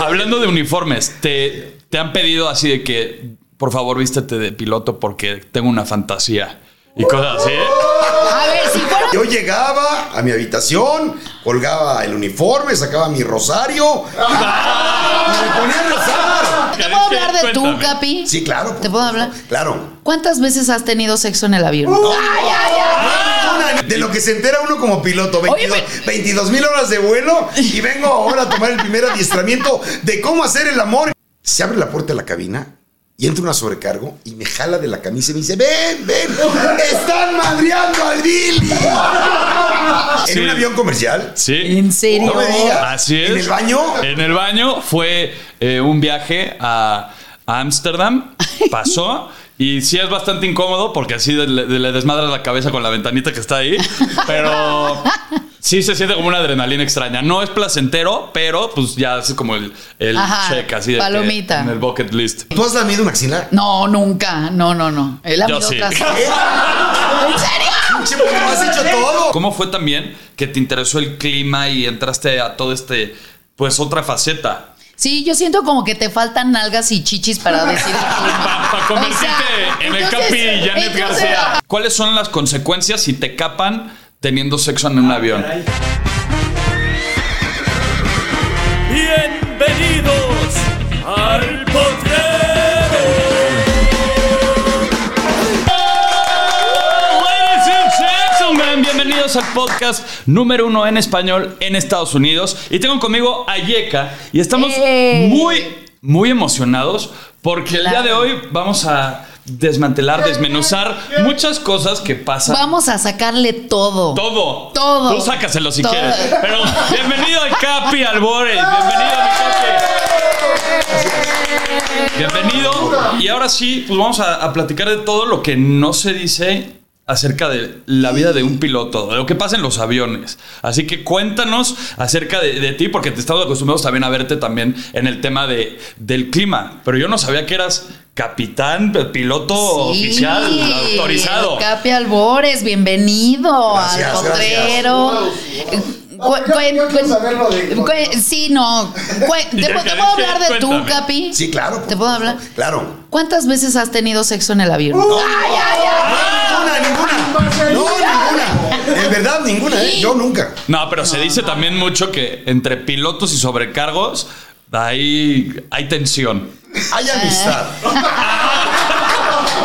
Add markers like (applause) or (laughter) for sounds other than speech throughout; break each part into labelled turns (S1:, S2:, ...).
S1: Hablando de uniformes, te, te han pedido así de que, por favor, vístete de piloto porque tengo una fantasía y cosas así.
S2: A ver, si fuera.
S3: Yo llegaba a mi habitación, colgaba el uniforme, sacaba mi rosario y me ponía a rezar.
S2: ¿Te puedo hablar de tú,
S1: Cuéntame.
S2: Capi?
S3: Sí, claro. por
S2: ¿Te puedo hablar?
S3: supuesto, Claro. Uh.
S2: ¿Cuántas veces has tenido sexo en el avión?
S3: Una- De lo que se entera uno como piloto,
S2: Oye,
S3: 22 mil horas de vuelo y vengo ahora a tomar el primer adiestramiento de cómo hacer el amor. Se abre la puerta de la cabina y entra una sobrecargo y me jala de la camisa y me dice, ven, ven, están madreando al Billy.
S1: Sí.
S3: En un avión comercial.
S1: Sí.
S2: ¿En serio?
S3: No me digas.
S1: Así es.
S3: ¿En el baño?
S1: En el baño fue eh, un viaje a a Ámsterdam. Pasó. Y sí es bastante incómodo porque así de- le, de- le desmadras la cabeza con la ventanita que está ahí. Pero sí se siente como una adrenalina extraña. No es placentero, pero pues ya es como el, el
S2: Ajá,
S1: check así de que
S2: palomita.
S1: en el bucket list.
S3: ¿Tú has lamido un axila?
S2: No, nunca. No, no, no. Él ha
S1: Yo
S2: habido
S1: sí.
S2: otras-
S3: ¿Eh?
S2: ¿En serio?
S3: Pinche, ¿por qué no has hecho todo?
S1: ¿Cómo fue también que te interesó el clima y entraste a todo este, pues otra faceta?
S2: Sí, yo siento como que te faltan nalgas y chichis para decir.
S1: (laughs) Para convertirte
S2: O sea,
S1: en el
S2: entonces-
S1: Capi y Janet
S2: entonces-
S1: García. ¿Cuáles son las consecuencias si te capan teniendo sexo en un avión?
S4: Bienvenidos al potrero.
S1: Ladies and gentlemen, Bienvenidos al podcast número uno en español en Estados Unidos. Y tengo conmigo a Yeka y estamos
S2: ¡Eh!
S1: muy, muy emocionados porque el día de
S2: Claro.
S1: hoy vamos a desmantelar, desmenuzar muchas cosas que pasan.
S2: Vamos a sacarle todo.
S1: Todo.
S2: Todo.
S1: Tú sácaselo si
S2: Todo.
S1: quieres. Pero bienvenido al Capi, al Bore. Bienvenido, mi Capi. Bienvenido. Y ahora sí, pues vamos a, a platicar de todo lo que no se dice acerca de la vida de un piloto, de lo que pasa en los aviones. Así que cuéntanos acerca de, de ti, porque te estamos acostumbrados también a verte también en el tema de, del clima. Pero yo no sabía que eras capitán, piloto
S2: Sí,
S1: oficial, autorizado.
S2: Capi Albores, bienvenido
S3: Gracias,
S2: al
S3: gracias. Ah,
S2: potrero. Cu-
S5: yo-
S2: cuen-
S5: yo quiero
S2: cuen-
S5: saberlo de-
S2: cuen- Sí, no. Cuen-
S1: (laughs)
S2: ¿Te,
S1: Ya,
S2: puedo- te
S1: ya,
S2: puedo hablar de
S1: cuéntame.
S2: tú, Capi?
S3: Sí, claro. por
S2: ¿Te puedo hablar?
S3: supuesto, Uh. Claro.
S2: ¿Cuántas veces has tenido sexo en el avión?
S3: Ninguna, ninguna. No, ninguna. En verdad, ninguna, ¿eh? Yo nunca.
S1: No, pero se dice también mucho que entre pilotos y sobrecargos hay, hay tensión.
S3: Hay amistad.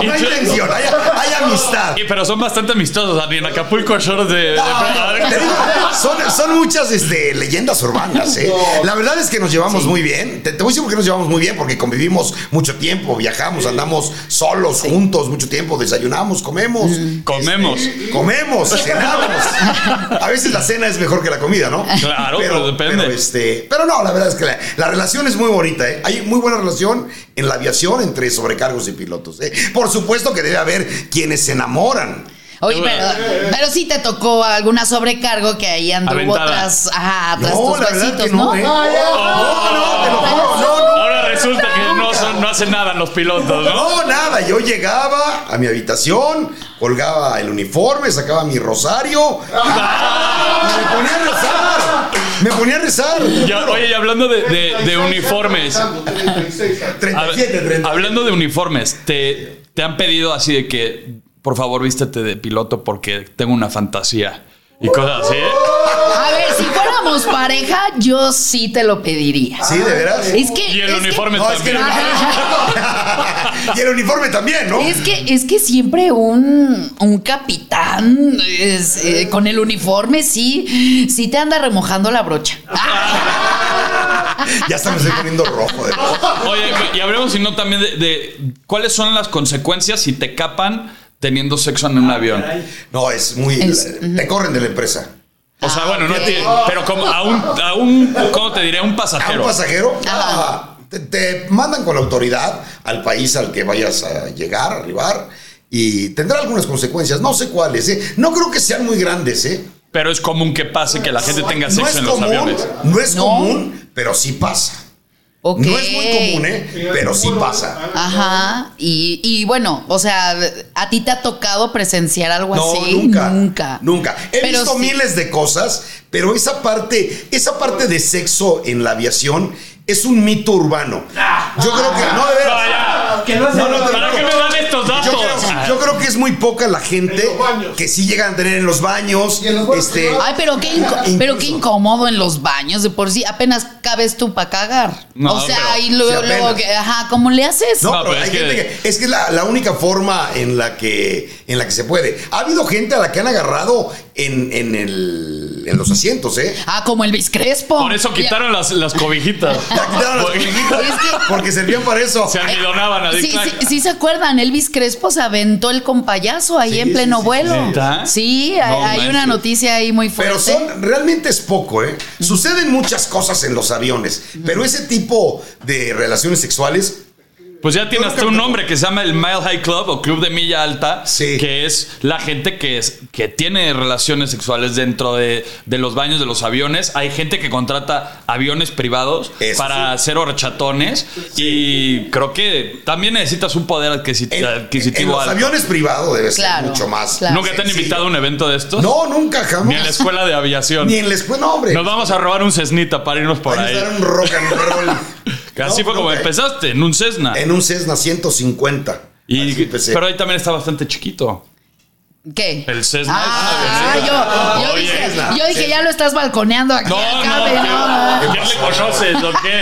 S3: No hay tensión, hay, hay amistad.
S1: Y pero son bastante amistosos. o sea, Ni en Acapulco Shores de, de-
S3: Te digo, son, son muchas este, leyendas urbanas, ¿eh? La verdad es que nos llevamos muy bien. Te, te voy a decir por qué nos llevamos muy bien, porque convivimos mucho tiempo, viajamos, andamos solos, juntos, mucho tiempo, desayunamos, comemos.
S1: Comemos.
S3: Comemos, cenamos. A veces la cena es mejor que la comida, ¿no?
S1: Claro, pero depende.
S3: Pero, este, pero no, la verdad es que la, la relación es muy bonita. ¿eh? Hay muy buena relación en la aviación entre sobrecargos y pilotos. ¿eh? Por supuesto que debe haber quienes se enamoran.
S2: Oye,
S1: eh,
S2: pero, pero sí te tocó alguna sobrecargo que ahí anduvo
S1: Aventada.
S2: tras, ajá, tras
S3: no,
S2: tus
S3: la verdad
S2: huesitos,
S3: que no.
S2: ¿no?
S3: ¿eh? No, no, te lo juro, no, no.
S1: Ahora resulta que no, son- no hacen nada los pilotos, ¿no?
S3: No, nada, yo llegaba a mi habitación, colgaba el uniforme, sacaba mi rosario y me ponía a rezar. Me ponía a rezar.
S1: Ya, oye, y hablando de, de- de uniformes. a ver,
S3: 37, 37.
S1: Hablando de uniformes, te, te han pedido así de que, por favor, vístete de piloto porque tengo una fantasía. Y cosas así. ¿eh?
S2: A ver, si fuéramos pareja, yo sí te lo pediría.
S3: Sí, de veras.
S2: Es que.
S1: Y el
S2: es que- (laughs)
S1: uniforme
S3: No, es que
S1: también.
S3: no. (laughs) y el uniforme también, ¿no?
S2: Es que, es que siempre un, un capitán es, eh, con el uniforme sí, sí te anda remojando la brocha. Ah,
S3: Ya hasta me estoy poniendo rojo. De
S1: Oye, y hablemos, si no, también de, de cuáles son las consecuencias si te capan teniendo sexo en
S3: Ah,
S1: un avión.
S3: no, es muy.
S2: Es-
S3: te corren de la empresa.
S1: O sea,
S2: Ah,
S1: bueno, no
S2: ok.
S1: a ti, pero como a un, a un, ¿cómo te diré? A un
S3: A un
S1: pasajero.
S3: pasajero,
S2: Ajá.
S3: ah, te, te mandan con la autoridad al país al que vayas a llegar, a arribar, y tendrá algunas consecuencias. No sé cuáles, ¿eh? No creo que sean muy grandes, ¿eh?
S1: Pero es común que pase que la gente tenga
S3: No
S1: sexo
S3: es
S1: en los
S3: común,
S1: aviones.
S3: no es
S2: No.
S3: común, pero sí pasa.
S2: Ok.
S3: No es muy común, ¿eh? Pero sí pasa.
S2: Ajá. Y, y bueno, o sea, ¿a ti te ha tocado presenciar algo
S3: No,
S2: así?
S3: nunca.
S2: Nunca.
S3: Nunca. He
S2: Pero
S3: visto
S2: sí.
S3: miles de cosas, pero esa parte, esa parte de sexo en la aviación es un mito urbano. Yo creo que. No, de veras.
S1: No, ya.
S5: Que lo hace.
S3: No, no, no.
S1: ¿Para qué me dan estos
S3: Yo
S1: datos?
S3: creo, yo creo que es muy poca la gente
S6: los baños.
S3: que sí llegan a tener en los baños.
S6: Y en los baños
S3: este,
S6: privados.
S2: Ay, pero qué, inco- pero qué incómodo en los baños. De por sí, apenas cabes tú para cagar.
S1: No,
S2: o sea,
S1: pero-
S2: ahí luego,
S3: Sí,
S2: luego
S3: apenas.
S2: que- ajá, ¿cómo le haces?
S3: No,
S1: No,
S3: pero
S1: pero
S3: hay
S1: es
S3: gente
S1: que-
S3: que- es que es la, la única forma en la que en la que se puede. Ha habido gente a la que han agarrado en, en el- en los
S2: (laughs)
S3: asientos, ¿eh?
S2: Ah, como el biscrespo.
S1: Por eso quitaron las, las cobijitas.
S3: Ya quitaron las
S1: Porque
S3: comiditas, porque servían para eso.
S1: Se almidonaban así.
S2: Sí,
S1: clac.
S2: sí, sí se acuerdan, Elvis Crespo se aventó el compayazo ahí
S3: Sí,
S2: en pleno
S3: sí, sí,
S2: vuelo.
S1: ¿Neta?
S2: Sí, hay,
S1: No
S2: hay una
S1: manches.
S2: noticia ahí muy fuerte.
S3: Pero son, realmente es poco, ¿eh? Suceden muchas cosas en los aviones, pero ese tipo de relaciones sexuales,
S1: Pues ya tiene
S3: Yo
S1: hasta
S3: nunca
S1: un
S3: me-
S1: nombre que se llama el Mile High Club o Club de Milla Alta,
S3: Sí.
S1: que es la gente que, es, que tiene relaciones sexuales dentro de, de los baños de los aviones. Hay gente que contrata aviones privados
S3: Eso
S1: para hacer horchatones y creo que también necesitas un poder adquisiti-
S3: en, en
S1: adquisitivo
S3: los
S1: alto.
S3: aviones privados debe ser
S2: Claro,
S3: mucho más.
S2: claro.
S1: ¿Nunca te han
S3: sencillo.
S1: invitado a un evento de estos?
S3: No, nunca, jamás.
S1: Ni en la escuela de aviación.
S3: Ni en la escuela, no, hombre.
S1: Nos vamos a robar un Cessnita para irnos por
S3: Ahí
S1: ahí.
S3: está un rock
S1: (laughs)
S3: and roll.
S1: Así fue
S3: No,
S1: como
S3: nunca. ¿eh?
S1: empezaste, en un Cessna.
S3: En un Cessna 150. Así
S1: y,
S3: empecé.
S1: pero ahí también está bastante chiquito.
S2: ¿Qué?
S1: El Cessna.
S2: Ah,
S1: es una avioneta.
S2: yo, yo
S1: Oye,
S2: dije,
S3: Cessna.
S2: yo dije, ya lo estás balconeando aquí.
S1: No,
S2: al
S1: no,
S2: cabe, no,
S1: ya le conoces, ¿o qué?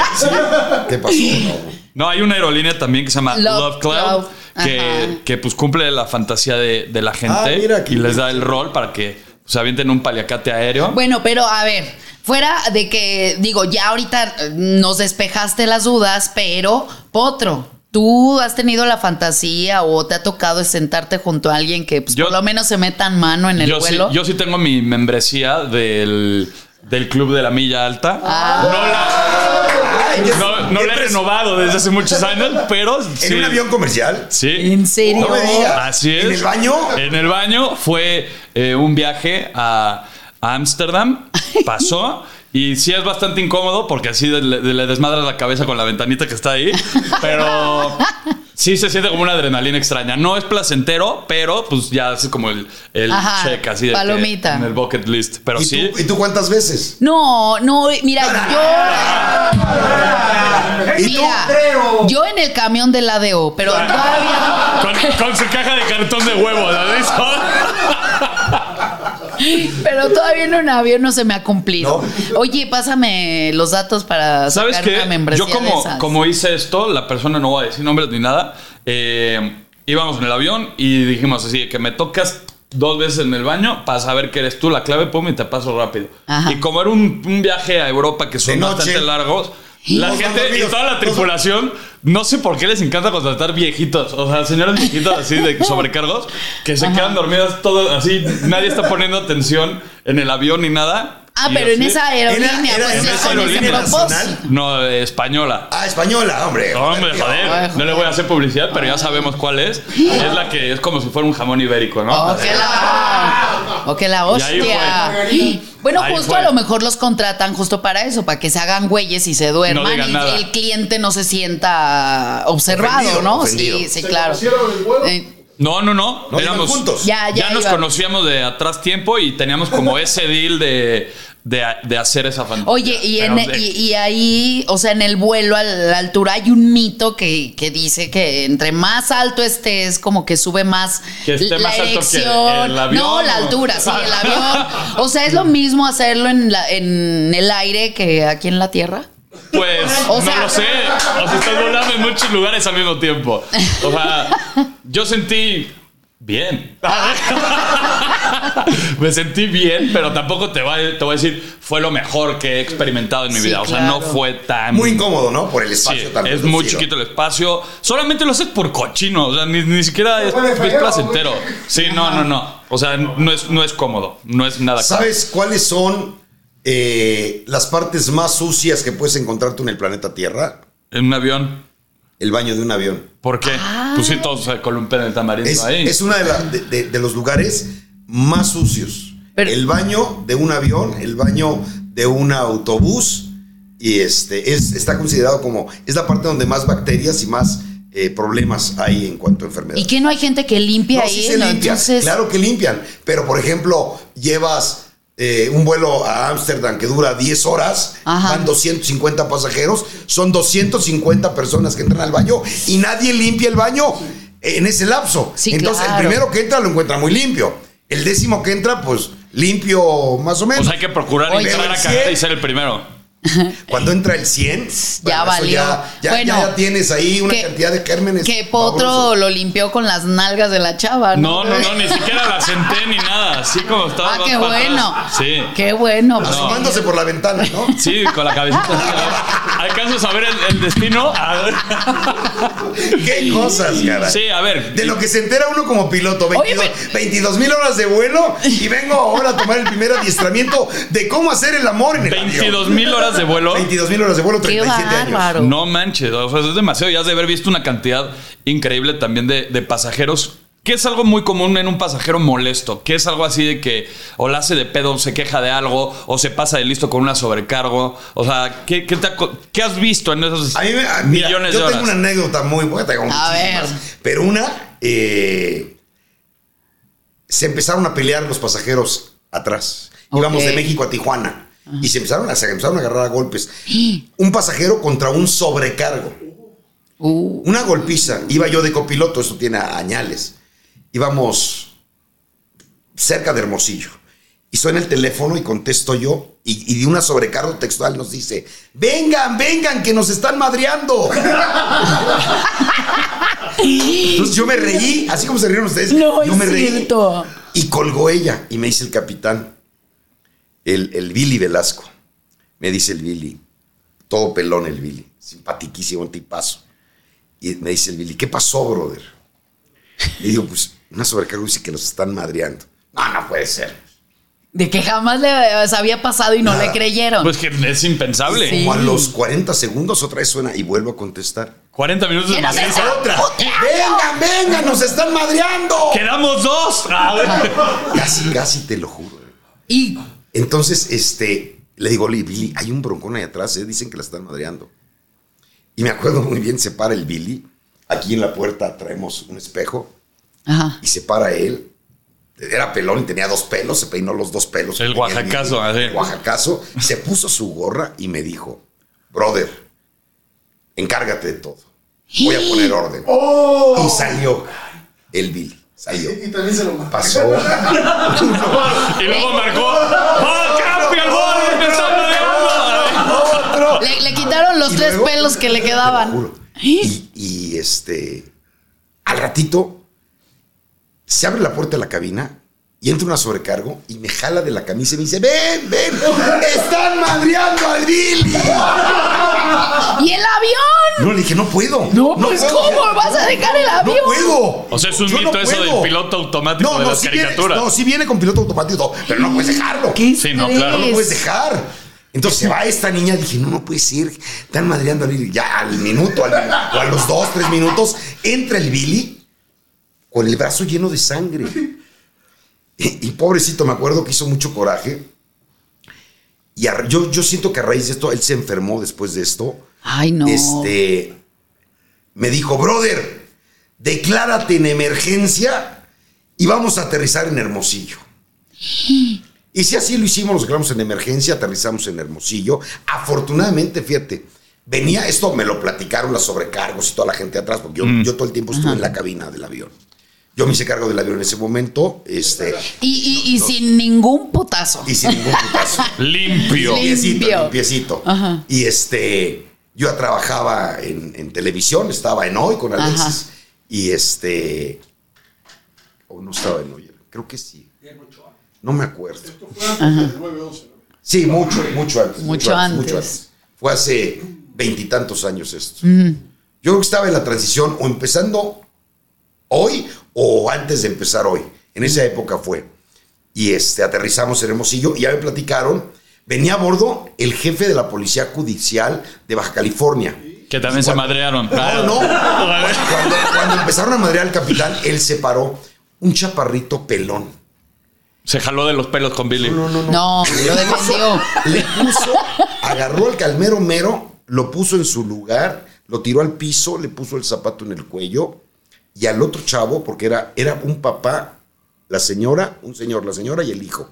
S1: (laughs)
S3: ¿Qué pasó? No.
S1: No, hay una aerolínea también que se llama
S2: Love
S1: Love, Cloud,
S2: Cloud.
S1: que,
S2: Ajá.
S1: que, pues cumple la fantasía de, de la gente
S3: Ah, mira, qué
S1: y les da el rol para que pues, se avienten un paliacate aéreo.
S2: Bueno, pero a ver, fuera de que, digo, ya ahorita eh, nos despejaste las dudas, pero, Potro, ¿tú has tenido la fantasía o te ha tocado sentarte junto a alguien que pues,
S1: Yo-
S2: por lo menos se metan mano en el
S1: yo, sí,
S2: vuelo?
S1: yo sí tengo mi membresía del, del Club de la Milla Alta.
S2: Ah.
S1: No la-
S3: Ay, ya-
S1: No, no la he
S3: Ah. siempre es-
S1: renovado desde hace muchos años, pero
S3: ¿En
S1: sí.
S3: un avión comercial?
S1: Sí.
S2: ¿En serio?
S3: No me digas.
S1: Así es.
S3: ¿En el baño?
S1: En el baño fue eh, un viaje a a
S3: (laughs)
S1: Ámsterdam. Pasó. Y sí es bastante incómodo porque así le, le desmadras la cabeza con la ventanita que está ahí. Pero sí se siente como una adrenalina extraña. No es placentero, pero pues ya es como el, el
S2: Ajá,
S1: check así de que
S2: palomita.
S1: en el bucket list. Pero
S3: ¿Y,
S1: sí.
S3: tú, ¿Y tú cuántas veces?
S2: No, no, eh, mira, yo. Mira, yo en el camión del ADO, pero todavía.
S1: Con, con su caja de cartón de huevo, ¿la
S3: (laughs)
S1: ves?
S2: Pero todavía en un avión no se me ha cumplido.
S3: No.
S2: Oye, pásame los datos para
S1: ¿Sabes
S2: sacar
S1: qué?
S2: una membresía
S1: Yo
S2: de
S1: como,
S2: esas.
S1: como hice esto, la persona no va a decir nombres ni nada. eh, íbamos en el avión y dijimos así, que me tocas dos veces en el baño para saber que eres tú la clave, pum, y te paso rápido.
S2: Ajá.
S1: Y como era un, un viaje a Europa que son
S3: De noche.
S1: bastante largos, la
S3: Nos van
S1: gente y
S3: dormidos.
S1: toda la
S3: Nos-
S1: tripulación, no sé por qué les encanta contratar viejitos, o sea, señores viejitos así
S2: (laughs)
S1: de sobrecargos, que se quedan dormidas todos así, nadie está poniendo atención en el avión ni nada.
S2: Ah,
S1: y
S2: pero en
S1: así-
S2: esa aerolínea,
S3: Era- era
S2: pues
S1: en
S2: ya
S1: esa
S2: con ese
S1: aerolínea
S2: propósito.
S3: nacional.
S1: No, eh, española.
S3: Ah, española, hombre.
S1: No, Hombre,
S3: Tío.
S1: joder, no le voy a hacer publicidad, pero ya sabemos cuál es.
S3: Ah.
S1: Es la que es como si fuera un jamón ibérico, ¿no?
S2: O que Oh, la, o que la
S1: Y ahí
S2: hostia. Bueno,
S1: Ahí
S2: justo
S1: fue.
S2: a lo mejor los contratan justo para eso, para que se hagan güeyes y se duerman
S1: No digan
S2: y
S1: nada.
S2: el cliente no se sienta observado,
S3: Ofendido,
S2: ¿no?
S3: ofendido.
S2: Sí, sí,
S6: ¿Se
S2: claro.
S6: conocieron en el vuelo?
S2: Eh,
S1: No, no, no.
S3: No, iban
S1: éramos
S3: juntos.
S2: Ya,
S1: Ya,
S2: ya
S1: nos
S2: iban.
S1: conocíamos de atrás tiempo y teníamos
S2: (laughs)
S1: como ese deal de, de, de hacer esa fantasía.
S2: oye, y, en- e-
S1: Pero de-
S2: y- y ahí, o sea, en el vuelo a la altura hay un mito que, que dice que entre más alto estés, como que sube más
S1: Que esté
S2: la
S1: más alto que
S2: erección.
S1: el avión,
S2: no, la
S1: ¿o?
S2: altura, sí,
S1: (laughs)
S2: el avión. O sea, es lo mismo hacerlo en, la- en el aire que aquí en la tierra.
S1: Pues
S2: O
S1: no
S2: sea-
S1: lo sé. O sea, estás volando en muchos lugares al mismo tiempo. O sea,
S2: (laughs)
S1: yo sentí bien. (laughs) Me sentí bien, pero tampoco te voy, a- te voy a decir fue lo mejor que he experimentado en mi
S2: Sí,
S1: vida. O sea, no
S2: claro.
S1: fue tan.
S3: Muy incómodo, ¿no? Por el
S1: Sí,
S3: espacio también.
S1: es muy
S3: reducido.
S1: chiquito el espacio. Solamente lo haces por cochino. O sea, ni, ni siquiera es,
S6: huele
S1: es
S6: feo,
S1: placentero. Sí, no, no, no. O sea, no es, no es cómodo. No es nada cómodo.
S3: ¿Sabes cuáles son eh, las partes más sucias que puedes encontrar tú en el planeta Tierra?
S1: En un avión.
S3: El baño de un avión.
S1: ¿Por qué?
S2: Ah.
S1: Pues sí, todos se columpian el tamarindo
S3: Es,
S1: ahí.
S3: es uno de, la- de- de- de los lugares más sucios.
S2: Pero-
S3: el baño de un avión, el baño de un autobús, y este es, está considerado como es la parte donde más bacterias y más eh, problemas hay en cuanto a enfermedades.
S2: Y que no hay gente que limpia
S3: No,
S2: ahí,
S3: sí se
S2: ¿no?
S3: limpia.
S2: Entonces,
S3: Claro que limpian, pero por ejemplo, llevas eh, un vuelo a Ámsterdam que dura 10 horas,
S2: Ajá.
S3: van 250 pasajeros, son 250 personas que entran al baño y nadie limpia el baño en ese lapso.
S2: Sí,
S3: Entonces,
S2: claro.
S3: el primero que entra lo encuentra muy limpio. El décimo que entra, pues limpio más o menos.
S1: O sea, hay que procurar
S2: Oye.
S1: entrar a cagar y ser el primero.
S3: Cuando entra el 100,
S2: Ya
S3: bueno, eso
S2: valió.
S3: Ya, ya-
S2: Bueno,
S3: ya tienes ahí una
S2: que-
S3: cantidad de gérmenes.
S2: Que Potro
S3: pavorosos.
S2: lo limpió con las nalgas de la chava.
S1: No, no, no, ni siquiera la senté ni nada. Así como estaba.
S2: (laughs) Ah,
S1: vas
S2: qué
S1: para atrás.
S2: bueno.
S1: Sí.
S2: Qué bueno. pues,
S3: Asomándose por la ventana,
S2: (laughs)
S3: ¿no?
S1: Sí, con la cabecita. ¿Alcanzo a saber el, el destino? A ver.
S3: Qué cosas, cara.
S1: Sí, a ver.
S3: De lo que se entera uno como piloto,
S2: Oye,
S3: 22 mil horas de vuelo y vengo ahora a tomar el primer adiestramiento de cómo hacer el amor en el
S1: 22 mil horas de
S3: (laughs)
S1: vuelo.
S3: 22 mil horas de vuelo,
S2: Qué
S3: 37 años.
S2: bárbaro.
S1: No manches, o sea, es demasiado. Ya has de haber visto una cantidad increíble también de, de pasajeros. Que es algo muy común en un pasajero molesto. Que es algo así de que o la hace de pedo, o se queja de algo, o se pasa de listo con una sobrecargo. O sea, ¿qué, qué te ha co- qué has visto en esos
S3: A mí me- a- mira,
S1: millones
S3: yo
S1: de horas?
S3: tengo una anécdota muy buena, tengo
S2: A
S3: muchísimas,
S2: ver.
S3: Pero una, eh, se empezaron a pelear los pasajeros atrás. Íbamos
S2: Ok.
S3: de México a Tijuana. Y se empezaron, a, se empezaron a agarrar a golpes. Un pasajero contra un sobrecargo.
S2: (gasps) Uh,
S3: Una golpiza. Iba yo de copiloto, eso tiene añales. Íbamos cerca de Hermosillo. Y suena el teléfono y contesto yo. Y, y de una sobrecargo textual nos dice: Vengan, vengan, que nos están madreando. Entonces yo me reí, así como se rieron ustedes.
S2: No,
S3: yo
S2: es
S3: me reí.
S2: cierto.
S3: Y colgó ella. Y me dice el capitán, el, el Billy Velasco. Me dice el Billy, todo pelón el Billy, simpatiquísimo, un tipazo. Y me dice el Billy, ¿qué pasó, brother? Le digo, pues una sobrecarga dice que nos están madreando. No, no puede ser.
S2: de que jamás les había pasado y no
S3: Nada.
S2: le creyeron.
S1: Pues que es impensable.
S2: Sí.
S3: Como a los 40 segundos otra vez suena y vuelvo a contestar.
S1: 40 minutos de
S2: ¿Quién hace
S1: Madrid.
S2: eso?
S3: Otra. Vengan, vengan, nos están madreando.
S1: ¡Quedamos dos!
S3: Ah,
S1: A ver.
S3: Casi, casi te lo juro.
S2: y
S3: Entonces, este, le digo, "Oye, Billy, hay un broncón ahí atrás, ¿eh? dicen que la están madreando. Y me acuerdo muy bien, se para el Billy, aquí en la puerta traemos un espejo
S2: ajá.
S3: y se para él. Era pelón y tenía dos pelos, se peinó los dos pelos.
S1: El
S3: que tenía
S1: oaxacazo,
S3: Billy.
S1: así.
S3: El oaxacazo, se puso su gorra y me dijo, brother, encárgate de todo. Voy a poner orden. Y salió el Billy, salió.
S5: Y también se lo mató.
S3: Pasó.
S1: (laughs) Y luego marcó. ¡Oh, Capi, al borde! ¡Me está
S3: (laughs)
S1: madreando!
S2: Le, le quitaron los
S3: Oh. Y
S2: tres
S3: luego-
S2: pelos que le
S3: Te lo
S2: quedaban.
S3: juro.
S2: (gasps)
S3: Y, y, este. Al ratito se abre la puerta de la cabina y entra una sobrecargo y me jala de la camisa y me dice: Ven, ven, están madreando al Billy.
S2: ¡Y el avión!
S3: No, le dije: No puedo.
S2: No, pues
S3: puedo.
S2: ¿cómo vas a dejar el
S3: No
S2: avión?
S3: puedo.
S1: O sea, es un
S3: Yo
S1: mito eso
S3: puedo.
S1: del piloto automático de las
S3: sí
S1: caricaturas.
S3: Viene, no, sí viene con piloto automático, pero no puedes dejarlo.
S2: ¿Qué
S1: Sí, no,
S2: estrés?
S1: claro.
S3: No lo puedes dejar. Entonces se va esta niña, dije, no, no puede ser, están madreando al Billy. Ya al minuto, al, o a los dos, tres minutos, entra el Billy con el brazo lleno de sangre. Y, y pobrecito, me acuerdo que hizo mucho coraje. Y a ra- yo, yo siento que a raíz de esto, él se enfermó después de esto.
S2: Ay, no.
S3: Este, me dijo, brother, declárate en emergencia y vamos a aterrizar en Hermosillo. Y si así lo hicimos, nos declaramos en emergencia, aterrizamos en Hermosillo. Afortunadamente, fíjate, venía esto, me lo platicaron las sobrecargos y toda la gente atrás, porque yo, yo todo el tiempo estuve en la cabina del avión. Yo me hice cargo del avión en ese momento, este,
S2: Y, y- y sin ningún putazo.
S3: y sin ningún putazo.
S1: Limpio.
S2: Sí.
S3: Limpiecito,
S2: Limpio.
S3: limpiecito.
S2: Ajá.
S3: Y este, yo ya trabajaba en, en televisión, estaba en Hoy con Alexis.
S2: Ajá.
S3: Y este, o no estaba en Hoy, creo que sí. No me acuerdo. Sí, mucho, mucho antes.
S2: Mucho antes.
S3: Fue hace veintitantos años esto. Yo creo que estaba en la transición o empezando hoy o antes de empezar hoy. En esa época fue. Y este, aterrizamos en Hermosillo y ya me platicaron. Venía a bordo el jefe de la Policía Judicial de Baja California.
S1: Que también se madrearon.
S3: No, no. Cuando, cuando empezaron a madrear al capitán, él se paró. Un chaparrito
S1: (laughs)
S3: pelón.
S1: Se jaló de los pelos con Billy.
S2: No, lo defendió.
S3: Le puso, agarró al calmero mero, lo puso en su lugar, lo tiró al piso, le puso el zapato en el cuello y al otro chavo, porque era, era un papá, la señora, un señor, la señora y el hijo.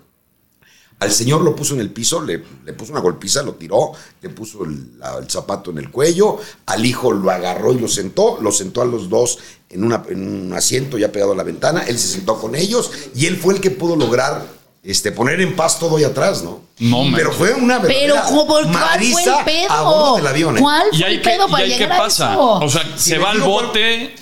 S3: Al señor lo puso en el piso, le, le puso una golpiza, lo tiró, le puso el, la- el zapato en el cuello, al hijo lo agarró y lo sentó, lo sentó a los dos en, una- en un asiento ya pegado a la ventana, él se sentó con ellos y él fue el que pudo lograr este, poner en paz todo ahí atrás, ¿no?
S1: No, man.
S3: Pero fue una
S2: Pero,
S3: verdadera
S2: ¿cómo- ¿cuál fue
S3: madriza
S2: el pedo?
S3: a bordo del avión. ¿eh?
S2: ¿Cuál
S1: ¿Y
S2: fue
S1: ahí
S2: el
S1: qué,
S2: pedo
S1: y
S2: para
S1: ahí qué
S2: llegar a
S1: pasa?
S2: eso?
S1: O sea,
S3: Si
S1: se
S3: me
S1: va al
S3: digo,
S1: bote.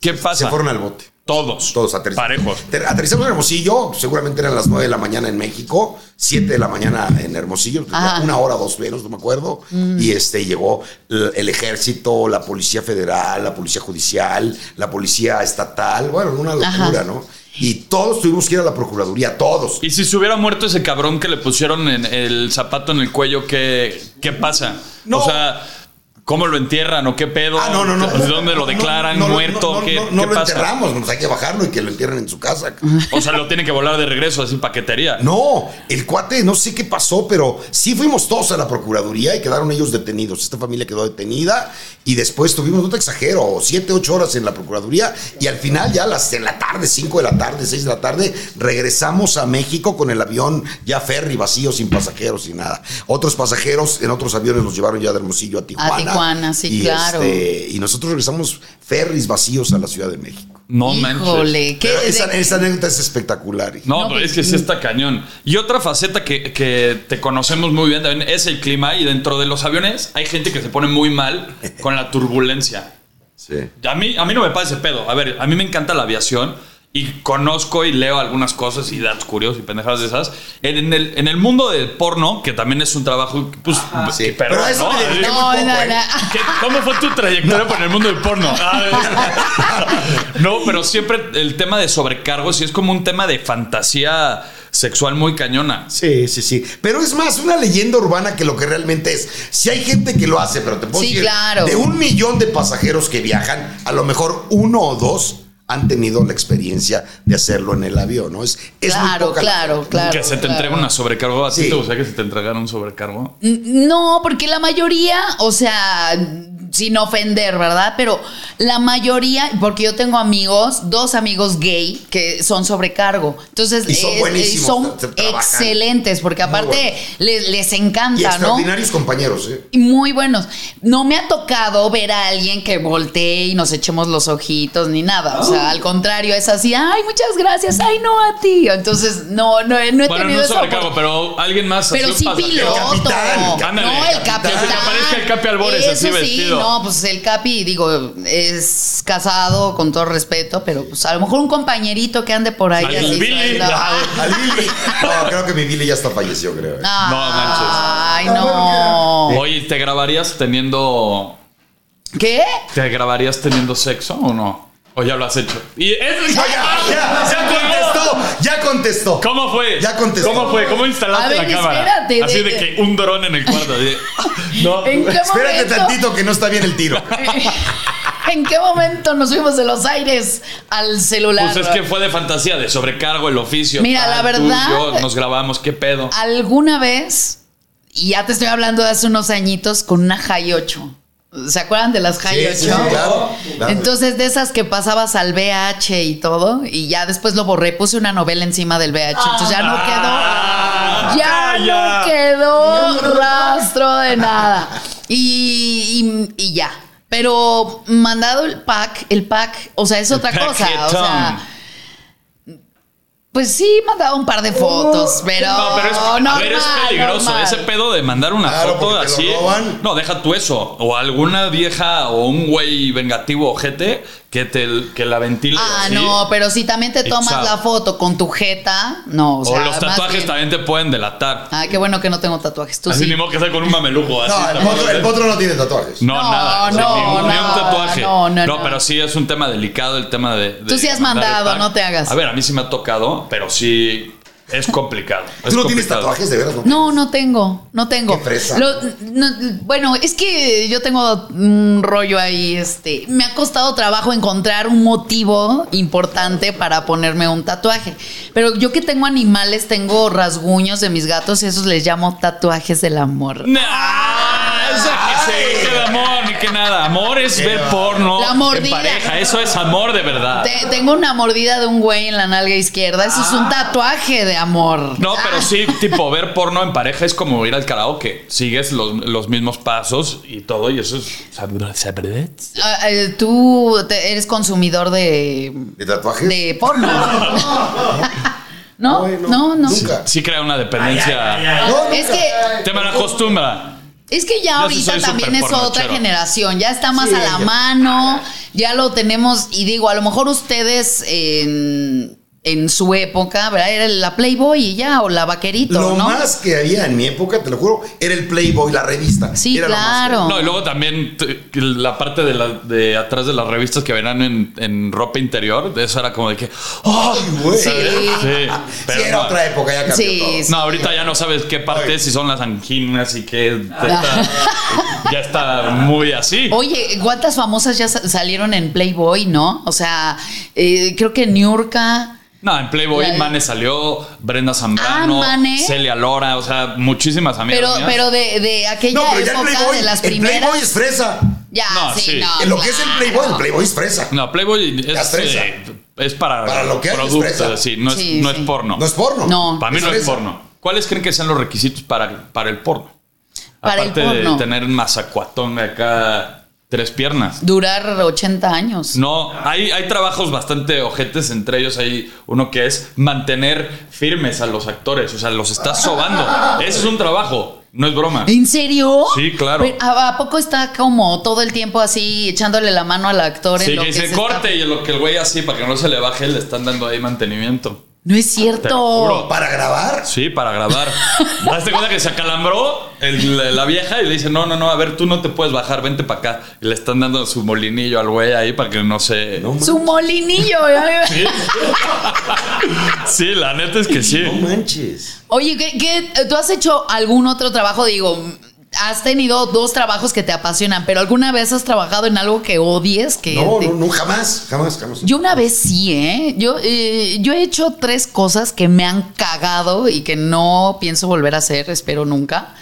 S1: ¿Qué pasa?
S3: Se fueron al bote.
S1: Todos.
S3: Todos aterrizamos.
S1: Parejos.
S3: Ter- Aterrizamos en Hermosillo, seguramente eran las 9 de la mañana en México, 7 de la mañana en Hermosillo,
S2: Ajá. Mm.
S3: una hora, dos menos, no me acuerdo. Y este llegó l- el ejército, la policía federal, la policía judicial, la policía estatal, bueno, una
S2: Ajá.
S3: locura, ¿no? Y todos tuvimos que ir a la Procuraduría, todos.
S1: Y si se hubiera muerto ese cabrón que le pusieron en el zapato en el cuello, ¿qué, qué pasa?
S3: No.
S1: O sea, ¿cómo lo entierran o qué pedo?
S3: Ah, no, no, no.
S1: ¿Dónde lo declaran
S3: No, no, no,
S1: muerto?
S3: no, no,
S1: ¿Qué,
S3: no, no
S1: qué
S3: lo
S1: pasa?
S3: enterramos, pues hay que bajarlo y que lo entierren en su casa.
S1: O sea, lo tienen que volar de regreso, así paquetería.
S3: No, el cuate, no sé qué pasó, pero sí fuimos todos a la Procuraduría y quedaron ellos detenidos. Esta familia quedó detenida y después tuvimos, no te exagero, siete, ocho horas en la Procuraduría y al final ya a las en la tarde, cinco de la tarde, seis de la tarde, regresamos a México con el avión ya ferry vacío, sin pasajeros, sin nada. Otros pasajeros en otros aviones los llevaron ya de Hermosillo a Tijuana.
S2: Tijuana, sí,
S3: Y,
S2: claro.
S3: este, y nosotros regresamos ferris vacíos a la Ciudad de México.
S1: No manches.
S2: Híjole, ¿qué,
S3: Pero esa,
S2: de-
S3: esa anécdota es espectacular. hija.
S1: No,
S2: No,
S1: pero
S2: pues,
S1: es que sí está cañón. Y otra faceta que, que te conocemos muy bien también es el clima. Y dentro de los aviones hay gente que se pone muy mal con la turbulencia.
S3: Sí.
S1: A mí, a mí no me pasa ese pedo. A ver, a mí me encanta la aviación y conozco y leo algunas cosas y datos curiosos y pendejadas de esas. En, en el, en el mundo del porno, que también es un trabajo, pues,
S3: Sí.
S1: que-
S3: Pero a eso
S1: ¿no?
S3: me dediqué
S2: No,
S3: muy poco,
S2: no,
S3: ¿eh?
S2: no.
S1: ¿Qué- ¿Cómo fue tu trayectoria por el mundo del porno? (laughs) no, pero siempre el tema de sobrecargos y es como un tema de fantasía sexual muy cañona.
S3: Sí, sí, sí. Pero es más una leyenda urbana que lo que realmente es. Si hay gente que lo hace, pero te puedo
S2: Sí,
S3: decir,
S2: claro.
S3: de un millón de pasajeros que viajan, a lo mejor uno o dos han tenido la experiencia de hacerlo en el avión, ¿no? Es, es muy
S2: Claro,
S3: poca la
S2: claro,
S3: gente.
S2: claro.
S1: que se te
S2: claro.
S1: entrega una sobrecargo. ¿A ti
S3: Sí.
S1: te gustaría que se te entregara un sobrecargo?
S2: No, porque la mayoría, o sea, sin ofender, ¿verdad? Pero la mayoría, porque yo tengo amigos, dos amigos gay que son sobrecargo. Entonces,
S3: Y son
S2: eh, eh,
S3: buenísimos,
S2: son
S3: se trabajan.
S2: excelentes, porque
S3: Muy
S2: aparte
S3: buenos.
S2: les, les
S3: Y
S2: encanta, ¿no?
S3: extraordinarios compañeros, ¿eh?
S2: Y Muy buenos. No me ha tocado ver a alguien que voltee y nos echemos los ojitos ni nada. O
S3: Ah.
S2: sea, al contrario, es así, ay, muchas gracias, ay, no a ti. Entonces, no, no, he- no he
S1: Bueno, no
S2: tenido
S1: un
S2: esa
S1: sobrecargo, pero alguien más. así
S2: pero
S1: un
S2: sí
S1: pasajero.
S2: piloto.
S3: El capitán,
S1: ándale,
S2: no, el
S1: capitán.
S2: capitán.
S1: Que se te aparezca el Capi Albores así
S2: Eso
S1: vestido.
S2: Sí, no, pues el Capi, digo, es casado con todo respeto, pero pues a lo mejor un compañerito que ande por ahí.
S1: Al
S2: así,
S1: Billy.
S2: trae-
S3: Al
S2: (laughs)
S3: Billy. No, creo que mi Billy ya está falleció, creo.
S2: Ah.
S3: ¿eh?
S2: Ay,
S3: No manches.
S2: no.
S1: Oye, ¿te grabarías teniendo.
S2: ¿Qué?
S1: ¿Te grabarías teniendo sexo o no? ¿O ya lo has hecho? Y es.
S3: No, ya, ah, ya,
S1: ¡Se
S3: ya
S1: acordó!
S3: contestó, ya contestó.
S1: ¿Cómo fue?
S3: Ya contestó.
S1: ¿Cómo fue? ¿Cómo instalaste
S2: A ver,
S1: la cámara?
S2: espérate,
S1: Así de
S2: de-
S1: que un dron en el cuarto. así de-
S2: (laughs)
S1: No. pues
S2: ¿En qué
S3: Espérate
S2: momento?
S3: tantito que no está bien el tiro.
S2: (laughs) ¿En qué momento nos fuimos de los aires al celular?
S1: Pues es que fue de fantasía, de sobrecargo, el oficio.
S2: Mira,
S1: tal,
S2: la
S1: tú,
S2: verdad- ah,
S1: yo, nos grabamos, qué pedo.
S2: alguna vez, y ya te estoy hablando de hace unos añitos, con una High 8. ¿Se acuerdan de las High 8?
S3: Sí, sí, claro, claro.
S2: Entonces, de esas que pasabas al VH y todo, y ya después lo borré, puse una novela encima del VH, entonces ya no
S1: Ah,
S2: quedó. Ya
S1: calla.
S2: no quedó rastro de nada. Y, y- y ya. Pero mandado el pack, el pack, o sea, es otra cosa. O sea, pues sí, mandaba un par de fotos, pero.
S1: Uh. No, pero es, a
S2: normal,
S1: ver, es peligroso.
S2: normal.
S1: Ese pedo de mandar una
S3: Claro,
S1: foto
S3: porque te lo
S1: así.
S3: roban.
S1: No, deja tú eso. O alguna vieja o un güey vengativo ojete que te que la ventile.
S2: Ah,
S1: así.
S2: no, pero si también te tomas
S1: Exacto.
S2: la foto con tu jeta, no. pues, O,
S1: O,
S2: sea,
S1: los
S2: más
S1: tatuajes
S2: bien-
S1: también te pueden delatar.
S2: Ah, qué bueno que no tengo tatuajes. Tú
S1: así
S2: sí.
S1: ni modo que sea con un mameluco. Así,
S3: No, el
S1: tampoco.
S3: potro, el potro no tiene tatuajes.
S1: No,
S2: No,
S1: nada. o sea,
S2: no,
S1: ni un- ni un
S2: nada,
S1: tatuaje.
S2: no, no, no.
S1: pero sí es un tema delicado el tema de. de
S2: Tú sí has
S1: mandar el
S2: mandado,
S1: pack.
S2: no te hagas.
S1: A ver, a mí sí me ha tocado, pero sí es complicado. es
S3: ¿Tú no tienes
S1: complicado.
S3: tatuajes de veras? No.
S2: No, no tengo, no tengo.
S3: Qué fresa.
S2: Lo- no, bueno, es que yo tengo un rollo ahí, este, me ha costado trabajo encontrar un motivo importante para ponerme un tatuaje. Pero yo que tengo animales, tengo rasguños de mis gatos y esos les llamo tatuajes del amor.
S1: Nah, esa que se que de amor, ni que nada. Amor es ver porno
S2: La
S1: en
S2: mordida.
S1: pareja. Eso es amor de verdad.
S3: Ah.
S2: Te- tengo una mordida de un güey en la nalga izquierda, eso es un tatuaje de amor.
S1: No, pero sí, tipo, ver porno en pareja es como ir al karaoke. Sigues los, los mismos pasos y todo, y eso es.
S2: Ah, eh, Tú te- eres consumidor de,
S3: ¿De tatuajes?
S2: de
S3: (laughs)
S2: porno. No,
S3: Ay,
S2: no, no.
S3: Nunca.
S1: Sí crea una dependencia.
S3: No, nunca.
S2: Es que-
S1: Te malacostumbra.
S2: Es que ya
S1: Yo sí
S2: ahorita
S1: soy
S2: también es
S1: súper
S2: otra
S1: pornochero.
S2: generación, ya está más
S3: Sí,
S2: a la
S3: ya.
S2: mano, ya lo tenemos, y digo, a lo mejor ustedes en, en su época, ¿verdad? Era la Playboy y ya, o la Vaquerito,
S3: Lo
S2: ¿no?
S3: más que había en mi época, te lo juro, era el Playboy, la revista.
S2: Sí,
S3: Era lo más que
S2: claro.
S1: No, y luego también t- la parte de, la, de atrás de las revistas que venían en, en ropa interior, de eso era como de que. ¡Oh!
S3: había. Güey.
S2: Sí.
S1: Sí, pero
S3: Sí, era
S1: no,
S3: otra época, ya cambió
S2: Sí,
S3: todo.
S2: sí.
S1: No, ahorita ya no sabes qué parte,
S3: Ay.
S1: si son las anginas y qué. está- (laughs) ya está muy así.
S2: Ah. Oye, ¿cuántas famosas ya sa- salieron en Playboy, no? O sea, eh, creo que Niurka.
S1: No, en Playboy
S2: La-
S1: Mane salió, Brenda Zambrano,
S2: Ah, Mane.
S1: Celia Lora, o sea, muchísimas amigas.
S2: Pero,
S1: mías.
S2: pero de, de aquella
S3: No, pero ya el
S2: época
S3: Playboy,
S2: de las
S3: el
S2: primeras. Ah,
S3: Playboy es fresa.
S2: Ya,
S1: No,
S2: sí,
S1: sí.
S2: no.
S3: En lo que es el Playboy, el Playboy es fresa.
S1: No, Playboy
S3: La
S1: es,
S3: fresa.
S1: eh, es para,
S3: Para lo que hay, es fresa.
S1: productos, sí, no,
S2: Sí,
S1: es, no
S2: sí.
S1: es porno.
S3: No es porno.
S2: No.
S1: Para mí
S3: Es
S1: no es
S3: fresa.
S1: porno. ¿Cuáles creen que sean los requisitos para, para el porno?
S2: Para el
S1: Aparte
S2: porno.
S1: de tener mazacuatón de acá, tres piernas.
S2: Durar 80 años.
S1: No, hay, hay trabajos bastante ojetes, entre ellos hay uno que es mantener firmes a los actores, o sea, los estás sobando. Ese es un trabajo, no es broma.
S2: ¿En serio?
S1: Sí, claro.
S2: Pero, ¿a, a poco está como todo el tiempo así echándole la mano al actor? en
S1: Sí,
S2: lo
S1: que
S2: que
S1: dice
S2: se
S1: corte
S2: está-
S1: y lo que el güey así, para que no se le baje, le están dando ahí mantenimiento.
S2: No es
S1: Te lo
S2: cierto.
S1: juro.
S3: Para grabar.
S1: Sí, para grabar.
S2: (laughs)
S1: Hazte cuenta que se acalambró el- la, la vieja y le dice, no, no, no, a ver, tú no te puedes bajar, vente para acá. Y le están dando su molinillo al güey ahí para que no se...
S3: No manches.
S2: Su molinillo. ¿eh?
S1: (laughs) Sí, la neta es que sí.
S3: No manches.
S2: Oye, ¿qué, qué- tú has hecho algún otro trabajo? Digo, has tenido dos trabajos que te apasionan, pero ¿alguna vez has trabajado en algo que odies? Que
S3: No,
S2: te-
S3: no, no, jamás, jamás, jamás.
S2: Yo una vez sí, ¿eh? Yo, eh, yo he hecho tres cosas que me han cagado y que no pienso volver a hacer, espero nunca.